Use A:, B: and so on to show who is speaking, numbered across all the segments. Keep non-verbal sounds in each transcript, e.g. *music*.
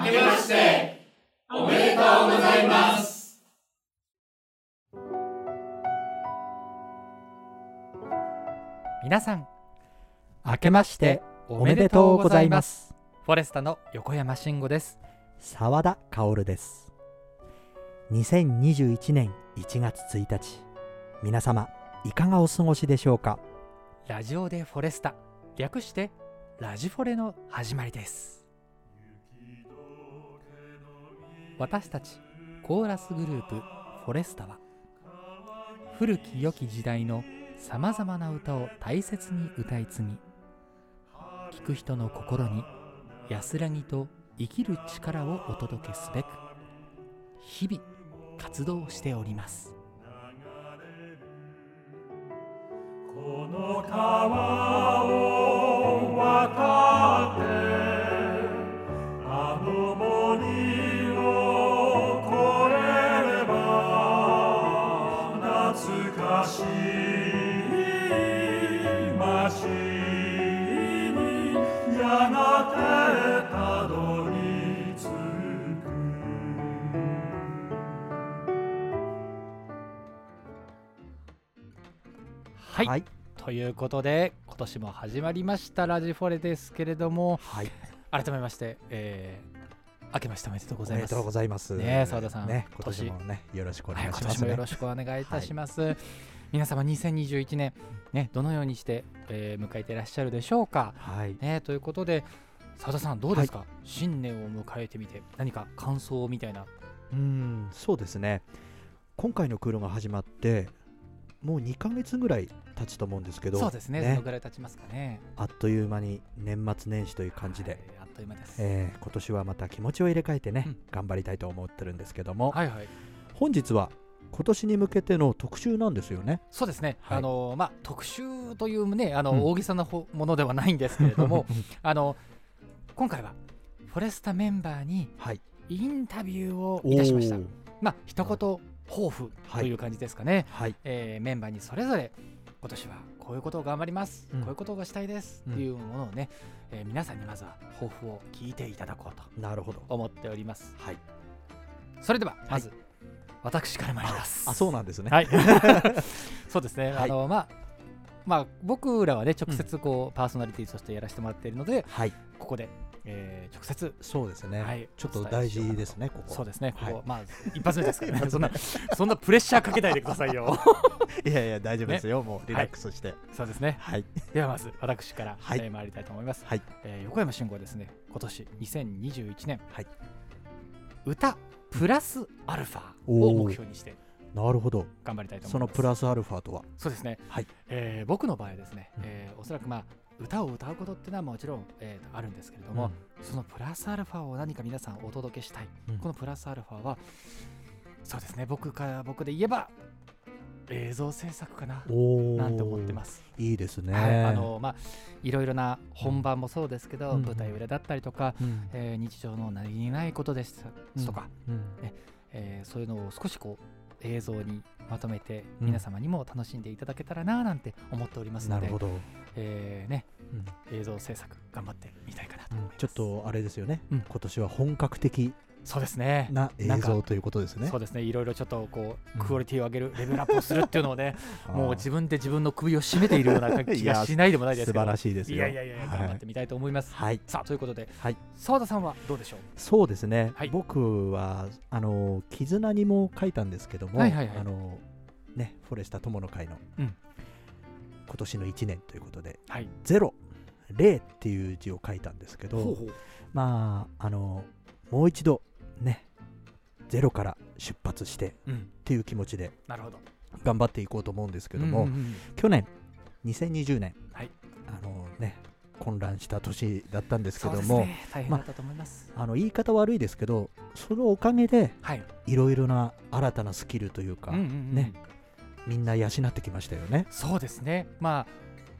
A: 明けましておめでとうございます
B: 皆さん
C: 明けましておめでとうございます
B: フォレスタの横山慎吾です
C: 沢田薫です2021年1月1日皆様いかがお過ごしでしょうか
B: ラジオでフォレスタ略してラジフォレの始まりです私たちコーラスグループフォレスタは古き良き時代のさまざまな歌を大切に歌い継ぎ聴く人の心に安らぎと生きる力をお届けすべく日々活動しております
A: この川を渡ってあの森を越えれば懐かしい街にやがてたどり着く
B: はい、ということで今年も始まりましたラジフォレですけれども
C: はい
B: 改めまして、えー、明けましておめでとうご
C: お
B: ざい
C: めで
B: ます
C: とうございます
B: ねえ澤田さん
C: ね
B: 今
C: 今
B: 年
C: 年もねよろしくお
B: は
C: 願
B: い、
C: い
B: 今
C: しま
B: 年
C: す
B: もよ
C: ね
B: ろしくお願いいたします。皆様、2021年、ね、どのようにして、えー迎えていらっしゃるでしょうか。
C: はい
B: ね、ということで、澤田さん、どうですか、新年を迎えてみて、何か感想みたいな。
C: うんそうですね今回のクールが始まってもう2ヶ月ぐらい経つと思うんですけど
B: そうですね、そのぐらい経ちますかね。
C: あっという間に年末年始という感じで、
B: はいあっという間です。
C: えー今年はまた気持ちを入れ替えてね、
B: うん
C: 頑張りたいと思ってるんですけども、
B: はいはい、
C: 本日は今年に向けての特集なんですよね。
B: そうですね、
C: はい
B: あのまあ、特集という、ね、あ
C: う
B: の
C: ん、
B: 大げさなほものではないんですけれ *laughs* ども
C: *laughs*
B: あの今回はフォレスタメンバーに
C: はい、
B: インタビューをいたしました
C: おー。
B: まあ一言抱負
C: はい
B: という感じですかね、
C: はい、
B: えーメンバーにそれぞれ今年はこういうことを頑張ります、
C: うん
B: こういうことがしたいです
C: うん
B: っていうものをね、えー皆さんにまずは抱負を聞いていただこうと
C: なるほど。
B: 思っております
C: はい、
B: それではまず、私から参ります
C: あ、そうなんですね。
B: はい *laughs* そうですね、
C: はい
B: あのまあまあ僕らはね直接こう、パーソナリティとしてやらせてもらっているので
C: はい、
B: ここで、えー直接
C: そうですね、
B: はい
C: ちょっと大事ですね、ここ。
B: そうですね、ここ、
C: は
B: まあ一発目ですから
C: *laughs*
B: ね、そんなそんなプレッシャーかけないでくださいよ。 *laughs*
C: いやいや、大丈夫ですよ、もうリラックスして。
B: そうですね。
C: はい、
B: ではまず私から、
C: はい
B: えー参りたいと思います。
C: はい、
B: えー横山慎吾はですね、今年2021年、
C: はい
B: 歌プラスアルファを目標にして
C: なるほど。
B: 頑張りたいと思
C: そ
B: いま
C: の
B: す。
C: プラスアルファとは。
B: そうですね。
C: はい
B: えー僕の場合はですね
C: う、ん
B: えーおそらくまあ歌を歌うことっていうのはもちろん、えーあるんですけれども、そのプラスアルファを何か皆さんお届けしたい、
C: うん
B: このプラスアルファはそうですね僕から僕で言えば映像制作かな
C: おお、
B: なんて思ってます、
C: す。いいですね。
B: はいあのまあ、いろいろな本番もそうですけど、
C: うん
B: 舞台裏だったりとか、
C: うん、
B: えー日常の何気ないことですとか、
C: うん
B: えーそういうのを少しこう映像にまとめて
C: うん
B: 皆様にも楽しんでいただけたらななんて思っておりますの
C: な
B: で、
C: るほど。
B: えーね
C: うん
B: 映像制作頑張ってみたいかなと
C: う
B: 思い
C: ん
B: ます、
C: ちょっとあれですよね、
B: うん
C: 今年は本格的
B: そうですね
C: な映
B: なんか
C: 像ということですね
B: そう。ですねいろいろちょっとこ
C: うん
B: うクオリティを上げるレベルアップをするっていうのをね
C: *laughs* あー
B: もう自分で自分の首を絞めているような気
C: *laughs* いや
B: がしないでもないで
C: 素
B: すけど
C: 晴らしいです
B: い
C: よ。
B: やいやいや
C: は
B: 頑張ってみたいと思います、
C: はい、
B: さあということで
C: はい
B: 澤田さんはどうでしょ
C: そうですね、
B: はい
C: 僕はあの「絆」にも書いたんですけども、
B: はいはいはい
C: あのね、フォレスタ友の会の、
B: うん
C: 今年の1年ということで
B: うはい
C: 「ゼロ」「零」っていう字を書いたんですけど
B: ほうほう
C: まああのもう一度ねゼロから出発して
B: うん
C: っていう気持ちで
B: なるほど
C: 頑張っていこうと思うんですけども、
B: うんうんうん
C: 去年2020年、
B: はい
C: あのね混乱した年だったんですけ
B: そう
C: ど
B: です
C: も、
B: ね大変だったと思います、
C: あの言い方悪いですけどそのおかげで
B: はい、
C: いろいろな新たなスキルというか、
B: うんうんうん
C: ねみんな養ってきましたよね。
B: そうですねまあ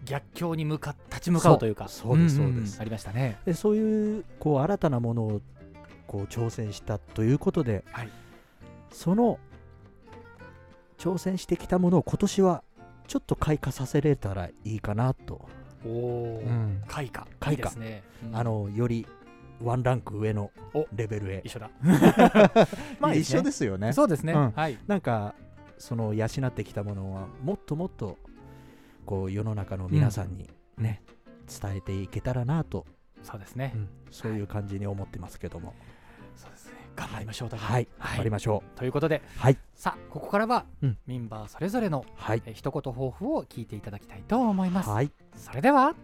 B: 逆境に向か立ち向かうというか
C: そうそうです
B: んんん
C: そうです
B: ありましたね
C: でそういうこう新たなものをこう挑戦したということで、
B: はい
C: その挑戦してきたものを今年はちょっと開花させれたらいいかなと、
B: おお、
C: うん
B: 開花い
C: 開花
B: いですね、うん
C: あのよりワンランク上の
B: お
C: レベルへ
B: 一緒だ。
C: まあ
B: いい
C: 一緒ですよね
B: *laughs* そうですね。
C: うん
B: はい。
C: なんかその養ってきたものはもっともっとこう世の中の皆さんにね、伝えていけたらなと、
B: そうですね。
C: そういう感じに思ってますけども
B: そうですね。頑張りましょう。だから
C: はい
B: はい
C: 頑張りましょ
B: ということで、
C: はい
B: さあここからは、
C: うん
B: メンバーそれぞれの
C: うはい
B: えー一言抱負を聞いていただきたいと思います。
C: はい
B: それでは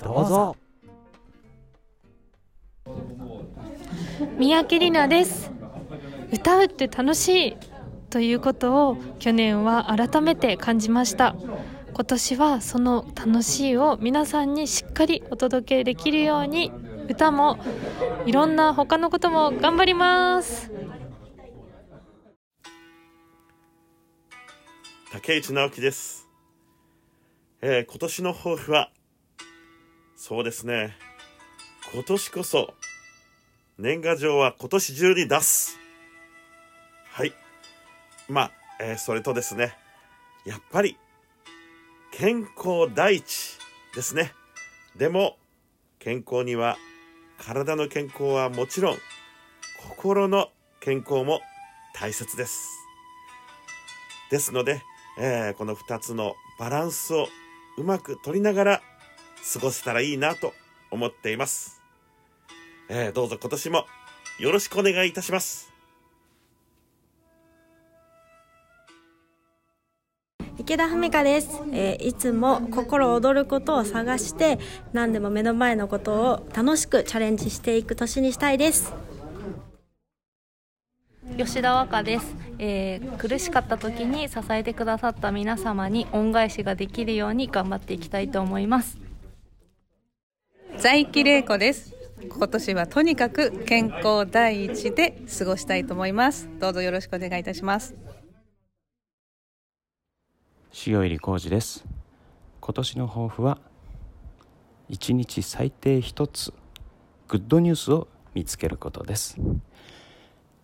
C: どうぞ
D: 三宅里奈です歌うって楽しいということを去年は改めて感じました今年はその楽しいを皆さんにしっかりお届けできるように歌もいろんな他のことも頑張ります
E: 竹内直樹です、えー今年の抱負はそうですね今年こそ年賀状は今年中に出すはいまあ、えーそれとですねやっぱり健康第一ですねでも健康には体の健康はもちろん心の健康も大切ですですので、えーこの2つのバランスをうまく取りながら過ごせたらいいなと思っています、えーどうぞ今年もよろしくお願いいたします
F: 池田文香です、えーいつも心躍ることを探して何でも目の前のことを楽しくチャレンジしていく年にしたいです
G: 吉田和歌です、えー苦しかった時に支えてくださった皆様に恩返しができるように頑張っていきたいと思います
H: 在木玲子です今年はとにかく健康第一で過ごしたいと思いますどうぞよろしくお願いいたします
I: 塩入浩二です今年の抱負は一日最低一つグッドニュースを見つけることです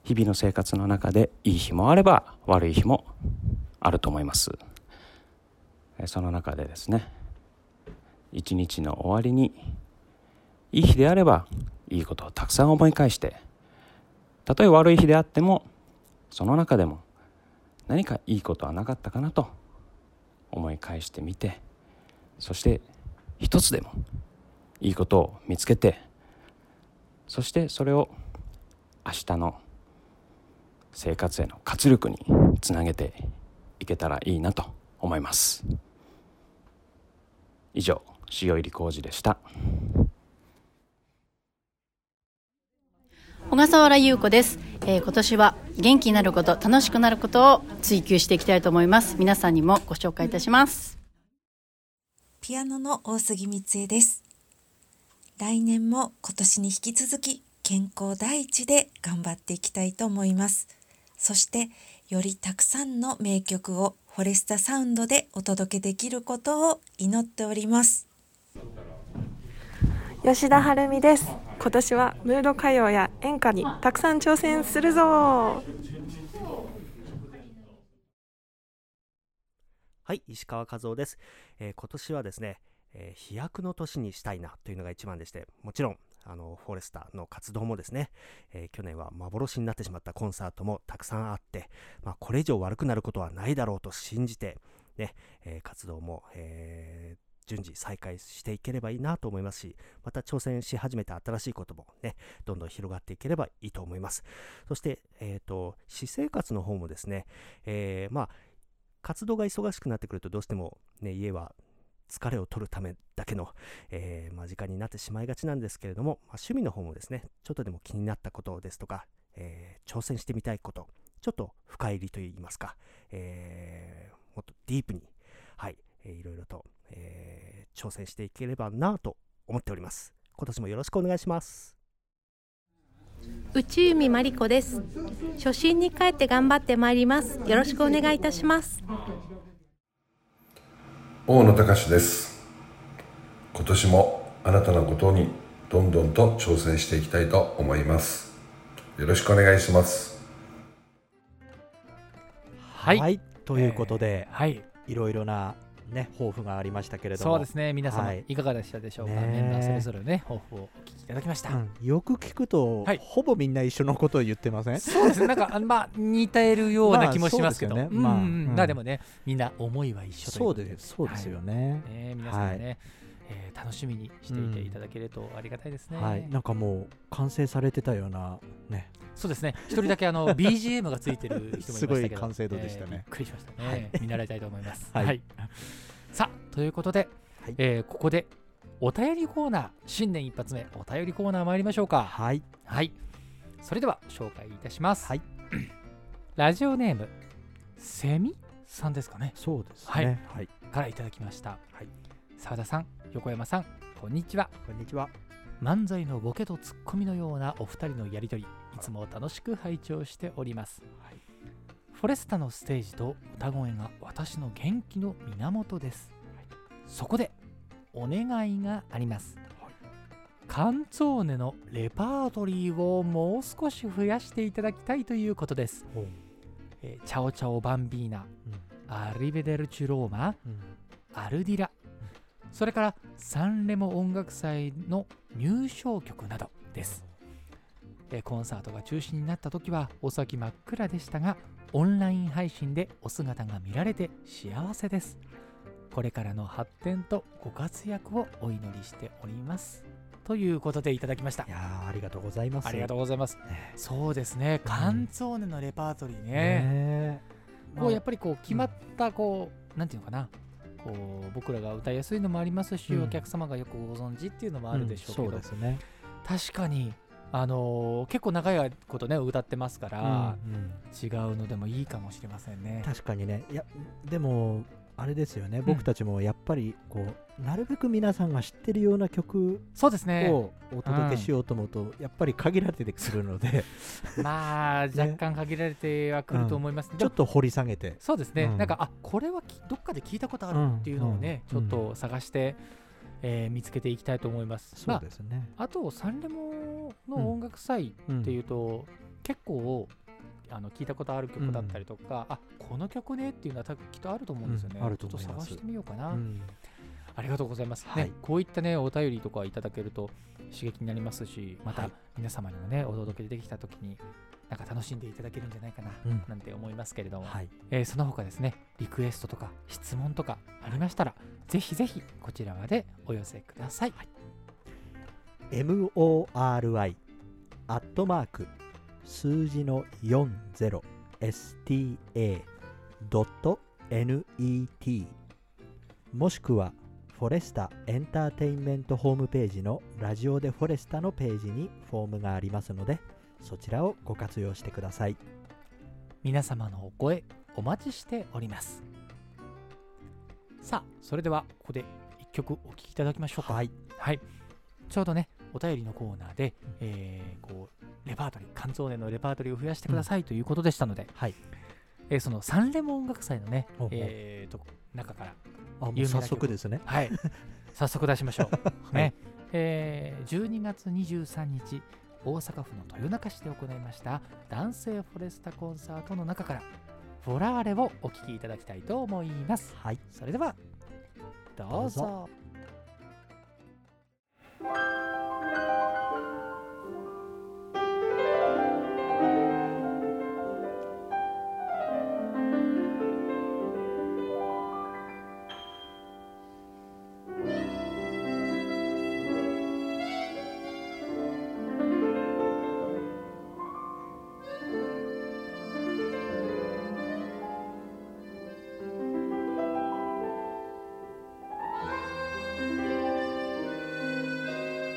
I: 日々の生活の中でいい日もあれば悪い日もあると思いますえその中でですね一日の終わりにいい日であればいいことをたくさん思い返してたとえ悪い日であってもその中でも何かいいことはなかったかなと思い返してみてそして一つでもいいことを見つけてそしてそれを明日の生活への活力につなげていけたらいいなと思います以上塩入り工事でした
J: 小笠原優子です、えー今年は元気になること楽しくなることを追求していきたいと思います皆さんにもご紹介いたします
K: ピアノの大杉光恵です。来年も今年に引き続き健康第一で頑張っていきたいと思います。そしてよりたくさんの名曲をフォレスタサウンドでお届けできることを祈っております。
L: 吉田晴美です今年はムード歌謡や演歌にたくさん挑戦するぞ
M: はい、石川和夫です。えー今年はですね、えー飛躍の年にしたいなというのが一番でして、もちろん、あの、フォレスターの活動もですね、えー去年は幻になってしまったコンサートもたくさんあって、まあ、これ以上悪くなることはないだろうと信じて、ね、えー活動も、えー順次再開していければいいなと思いますし、また挑戦し始めた新しいこともね、どんどん広がっていければいいと思います。そして、えっ、と、私生活の方もですね、えーまあ、活動が忙しくなってくるとどうしても、ね、家は疲れを取るためだけの、えーまあ、時間になってしまいがちなんですけれども、まあ、趣味の方もですねちょっとでも気になったことですとか、えー挑戦してみたいことちょっと深入りといいますか、えーもっとディープに、はいえーいろいろと、えー挑戦していければなと思っております今年もよろしくお願いします
H: 内海真理子です初心に帰って頑張ってまいりますよろしくお願いいたします
N: 大野隆です今年も新たなことにどんどんと挑戦していきたいと思いますよろしくお願いします
B: はい
C: ということで、
B: はい。
C: いろいろなね抱負がありましたけれども
B: そうですね皆様、
C: はい
B: い、かがでしたでしょうか、
C: ねえ
B: メンバーそれぞれね抱負をお聞きいただきました、
C: うんよく聞くと、ほぼみんな一緒のことを言ってません
B: そうですねなんかあのまあ似てるような気もしますけど、
C: まあそうですよ
B: ま
C: ねま
B: あ
C: あ
B: うん、
C: うん
B: まあでもねみんな思いは一緒ということで
C: そうですそうですよね
B: はいね皆さんね、えー楽しみにしていていただけるとありがたいですね、
C: はい、なんかもう完成されてたようなね
B: そうですね一人だけあの
C: *laughs*
B: BGM がついてる人もいましたけど
C: すごい完成度でしたね
B: えーびっくりしましたね、
C: はい
B: 見習いたいと思いますは、
C: はいい
B: さあということで、えーここでお便りコーナー新年一発目お便りコーナー参りましょうか
C: はい、
B: はい、それでは紹介いたします、 *clears throat* ラジオネームセミさんですかね
C: そうですね
B: はい、
C: はい
B: からいただきました澤、田さん横山さんこんにちは
C: こんにちは
B: 漫才のボケとツッコミのようなお二人のやりとりいつも楽しく拝聴しております、フォレスタのステージと歌声が私の元気の源です、そこでお願いがあります、カンツォーネのレパートリーをもう少し増やしていただきたいということです、えーチャオチャオバンビーナ、アリベデルチュローマ、アルディラ、それからサンレモ音楽祭の入賞曲などです、えーコンサートが中止になった時はお先真っ暗でしたがオンライン配信でお姿が見られて幸せですこれからの発展とご活躍をお祈りしておりますということでいただきましたい
C: やありがとうございます
B: ありがとうございます、そうですねカンツォーネのレパートリーね
C: ね
B: こうやっぱりこう決まったこう、なんていうのかなこう僕らが歌いやすいのもありますし、
C: うん
B: お客様がよくご存知っていうのもあるでしょうけど、
C: んそうですね
B: 確かにあのー結構長いことね歌ってますから、
C: うんうん
B: 違うのでもいいかもしれませんね。
C: 確かにねいやでもあれですよね僕たちもやっぱりこう、なるべく皆さんが知ってるような曲
B: そうですね
C: をお届けしようと思うと、やっぱり限られてくる
B: *laughs*
C: ので
B: まあ若干限られてはくると思います、
C: ちょっと掘り下げて
B: そうですね、
C: うん
B: なんかあこれはきどっかで聞いたことあるっていうのをね、
C: うんうん
B: ちょっと探して、えー見つけていきたいと思います。
C: そうですね、
B: まあ、あとサンレモの音楽祭っていうと、結構あの聞いたことある曲だったりとか、あこの曲ねっていうのは多分きっとあると思うんですよね、
C: うんあると思います
B: ちょっと探してみようかな、
C: うん
B: ありがとうございます、
C: はい
B: ねこういったねお便りとかいただけると刺激になりますしまた皆様にもねお届けできた時になんか楽しんでいただけるんじゃないかな、
C: うん
B: なんて思いますけれども、えーその他ですねリクエストとか質問とかありましたら、ぜひぜひこちらまでお寄せください、
C: MORI アットマーク数字の 40sta.net もしくはフォレスタエンターテインメントホームページのラジオでフォレスタのページにフォームがありますのでそちらをご活用してください
B: 皆様のお声お待ちしておりますさあそれではここで一曲お聴きいただきましょうかはい、ちょうどねお便りのコーナーで、えーこうレパートリー肝臓年のレパートリーを増やしてくださいということでしたので、えーそのサンレモン音楽祭のね
C: おうおう
B: えーと中から
C: あもう
B: 有名な曲
C: 早速ですね
B: はい *laughs* 早速出しま
C: *laughs*
B: しょう、ねえー12月23日大阪府の豊中市で行いました男性フォレスタコンサートの中からフォラーレをお聴きいただきたいと思います、
C: はい、
B: それではどうぞ
C: どうぞ
O: 「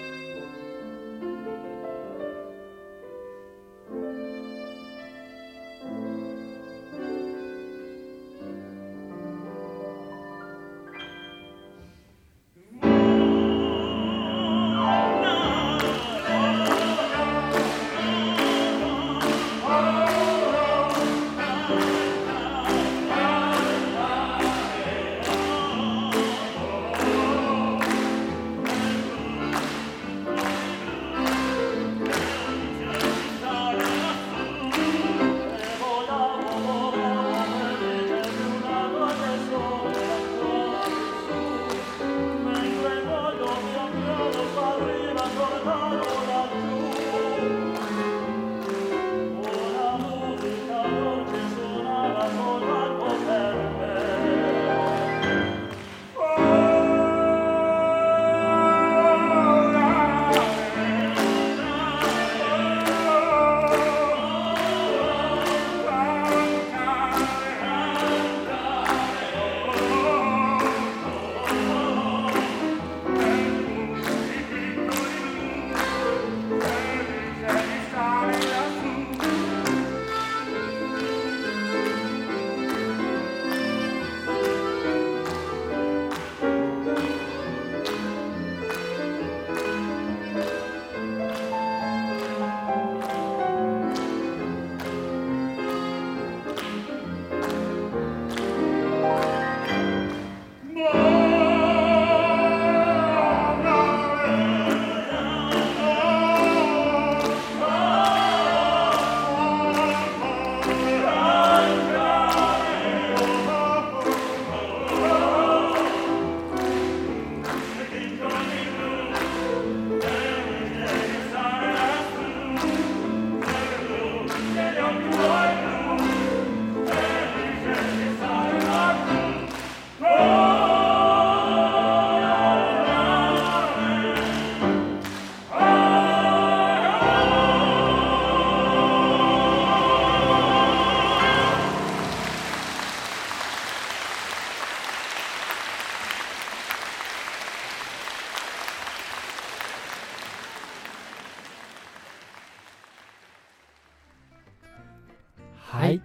B: はい、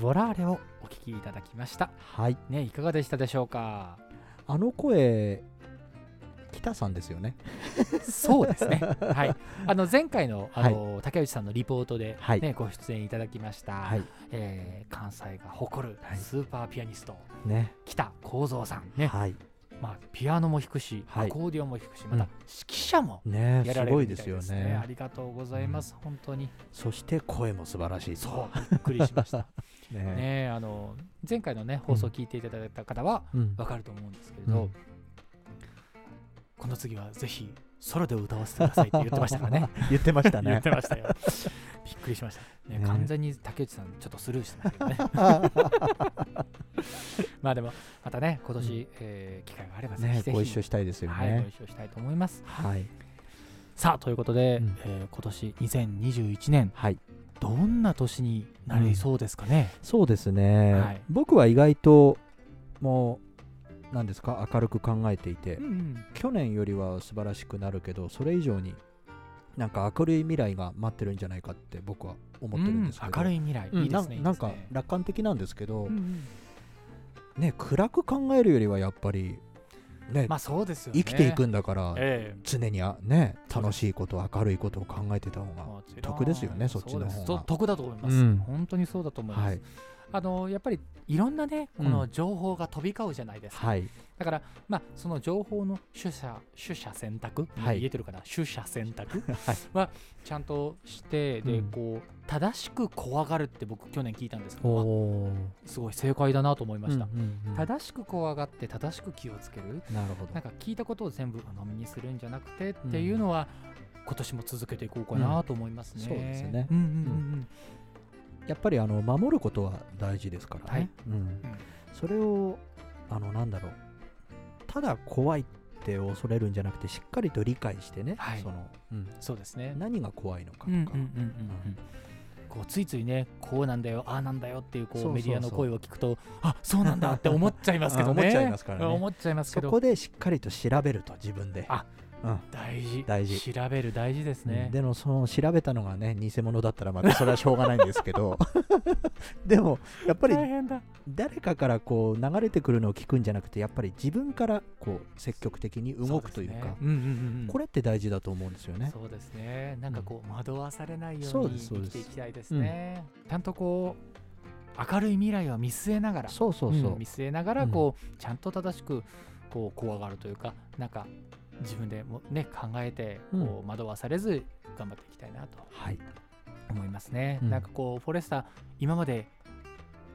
B: ボラーレをお聞きいただきました
C: はい
B: ねいかがでしたでしょう
C: *laughs*
B: か
C: あの声北さんですよね
B: そうですねはいあの前回のあの、竹内さんのリポートで、ね
C: はい
B: ご出演いただきました、
C: はい
B: えー関西が誇るスーパーピアニスト、
C: ね
B: 北幸三さんね、
C: はい
B: まあ、ピアノも弾くし、
C: はい
B: アコーディオンも弾くし
C: う
B: ま
C: ん
B: た指揮者も
C: ねえ
B: やられるみたいです
C: すご
B: ね,、
C: いですよね
B: ありがとうございます、本当に
C: そして声も素晴らしい
B: そうびっくりしました
C: *laughs* ね
B: ねえあの前回のね放送を聞いていただいた方は
C: うん
B: わかると思うんですけれ
C: う
B: ど、
C: ん
B: この次はぜひソロで歌わせてくださいって言ってましたから
C: *laughs*
B: ね
C: *laughs* 言ってましたね
B: 言ってましたよびっくりしました、ね
C: ね
B: 完全に竹内さんちょっとスルーしてま
C: *laughs*
B: したけどねまあでもまたね今年、えー機会があればぜひ
C: ね
B: ぜひ
C: ご一緒したいですよね
B: はい、ご一緒したいと思います
C: はい
B: さあということで、えー今年2021年、どんな年になりそうですかね、
C: そうですね、
B: はい
C: 僕は意外ともう何ですか明るく考えていて、
B: うんうん
C: 去年よりは素晴らしくなるけどそれ以上になんか明るい未来が待ってるんじゃないかって僕は思ってるんですけど、
B: うん明るい未来
C: うん
B: いいですね
C: な
B: い
C: い
B: ですね
C: んか楽観的なんですけど、
B: うんうん
C: ね暗く考えるよりはやっぱりね
B: まあそうですよね
C: 生きていくんだから、
B: ええ
C: 常にあね楽しいこと明るいことを考えてた方が得ですよねそっち
B: そう
C: の
B: ですと
C: 方が
B: 得だと思います、
C: うん
B: 本当にそうだと思います、
C: はい
B: あのやっぱりいろんなねこ
C: う
B: の
C: ん
B: 情報が飛び交うじゃないですか、
C: はい
B: だからまあその情報の取捨取捨選択、
C: はい
B: 言えてるかな取捨選択
C: *laughs* はい
B: はちゃんとしてで、
C: うん
B: こう正しく怖がるって僕去年聞いたんですけど
C: おー
B: すごい正解だなと思いました、
C: うんうんうん
B: 正しく怖がって正しく気をつける
C: なるほど
B: なんか聞いたことを全部鵜呑みにするんじゃなくてっていうのは、今年も続けていこうかなと思いますね、
C: そうですよね、
B: うんうん
C: うんやっぱりあの守ることは大事ですからね、
B: はい
C: うんそれをあのなんだろうただ怖いって恐れるんじゃなくてしっかりと理解してね、そのうん
B: そうですね
C: 何が怖いのかとか、
B: うんうんうんうんうんこうついついねこうなんだよああなんだよっていうこう
C: そうそうそう
B: メディアの声を聞くとあそうなんだって思っちゃいますけどね
C: 思っちゃいますからね
B: 思っちゃいますけど
C: そこでしっかりと調べると自分で
B: あ、
C: うん
B: 大事
C: 大事
B: 調べる大事ですね
C: うんでもその調べたのがね偽物だったらまたそれはしょうがないんですけど *laughs* でもやっぱり
B: 大変だ
C: 誰かからこう流れてくるのを聞くんじゃなくてやっぱり自分からこう積極的に動くというか
B: うんうんうんうん
C: これって大事だと思うんですよね。
B: そうですねなんかこう惑わされないよ
C: そうう
B: に
C: で
B: 生
C: すそうで
B: き
C: す
B: ていきたいですねちゃんとこう明るい未来は見据えながら
C: そうそうそうん
B: 見据えながらこう、ちゃんと正しくこう怖がるというかなんか自分でもね考えてこう惑わされず頑張っていきたいなと
C: はい
B: 思いますね、
C: うん
B: なんかこうフォレスター今まで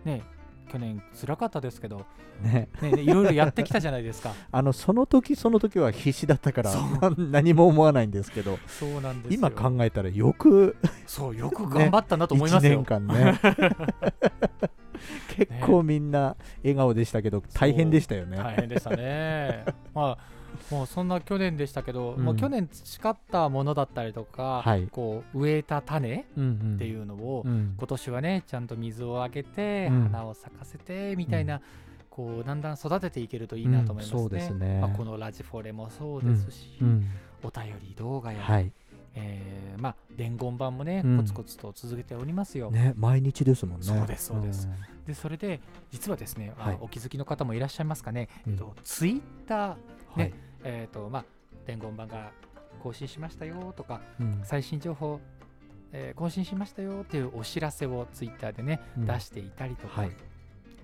B: ね去年辛かったですけど
C: ね
B: ねねいろいろやってきたじゃない
C: *laughs*
B: ですか
C: あのその時その時は必死だったからな *laughs* 何も思わないんですけど
B: そうなんですよ
C: 今考えたらよく
B: そうよく頑張ったなと思いますよ
C: ね、1年
B: *laughs*
C: 間ね結構みんな笑顔でしたけど大変でしたよね
B: 大変でした
C: *laughs*
B: ねまあもうそんな去年でしたけど、
C: うん
B: もう去年培ったものだったりとか、
C: はい
B: こう植えた種
C: うんうん
B: っていうのを、
C: うん
B: 今年はねちゃんと水をあげて、
C: うん
B: 花を咲かせてみたいな、こうだんだん育てていけるといいなと思いますね,、
C: うんそうですね
B: まあ、このラジフォレもそうですし、
C: うんうん
B: お便り動画や、
C: はい
B: えーまあ、伝言版もね、
C: うん
B: コツコツと続けておりますよ。
C: ね毎日ですもんね
B: そうですそうです、
C: ん
B: でそれで実はですね、あ
C: はい
B: お気づきの方もいらっしゃいますかね、
C: うん
B: えっと、ツイッター、ねえっとまあ、伝言版が更新しましたよとか、
C: うん
B: 最新情報、えー更新しましたよっていうお知らせをツイッターでね、
C: うん
B: 出していたりとか、
C: はい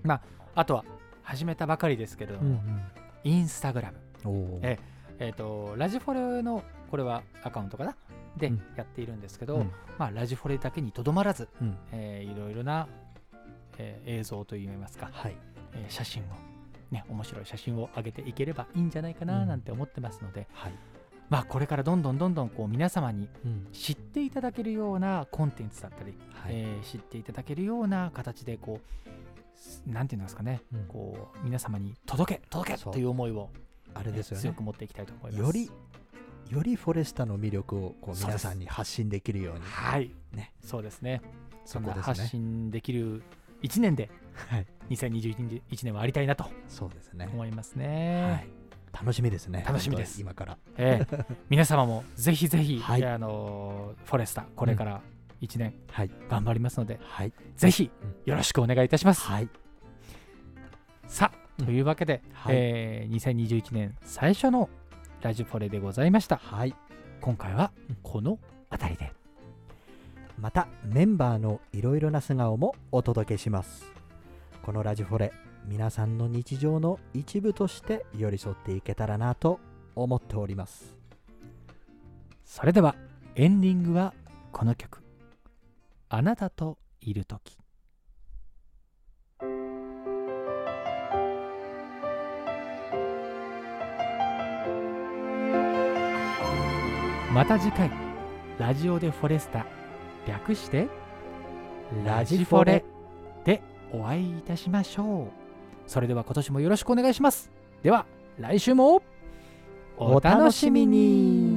B: まあ、あとは始めたばかりですけれど
C: うんう
B: も、
C: ん
B: インスタグラム、
C: おお
B: えーえーとラジフォレのこれはアカウントかなで
C: うん
B: やっているんですけど、
C: うん
B: まあ、ラジフォレだけにとどまらず、
C: うん
B: えーいろいろな、えー映像といいますか、えー写真を、ね、面白い写真を上げていければいいんじゃないか
C: う
B: なんなんて思ってますので、
C: はい
B: まあ、これからどんどんどんどんこう皆様に
C: うん
B: 知っていただけるようなコンテンツだったり、
C: はい
B: えー知っていただけるような形でこうなんていうんですかね、
C: うん
B: こう皆様に届け届け
C: そう
B: という思いを
C: あれですよね
B: 強く持っていきたいと思います。
C: よりよりフォレスタの魅力をこう
B: そうです
C: 皆さんに発信できるように
B: はい、
C: ね、
B: そうですね。そ
C: そ
B: ん
C: こ
B: な
C: ですね
B: 発信できる1年で、
C: はい、
B: 2021年はありたいなと
C: そうですね
B: 思いますね。
C: 楽しみですね
B: 楽しみです。
C: 本当に今から
B: ええ皆様もぜひぜひ、
C: はい
B: あのフォレスタ、これから1年頑張りますので、ぜひよろしくお願いいたします。さあというわけで、
C: はい
B: えー2021年最初のラジポレでございました。今回はこの辺りで。
C: またメンバーのいろいろな素顔もお届けしますこのラジフォレ皆さんの日常の一部として寄り添っていけたらなと思っております
B: それではエンディングはこの曲「あなたといる時」また次回ラジオでフォレスタ略してラジフォレでお会いいたしましょうそれでは今年もよろしくお願いしますでは来週もお楽しみに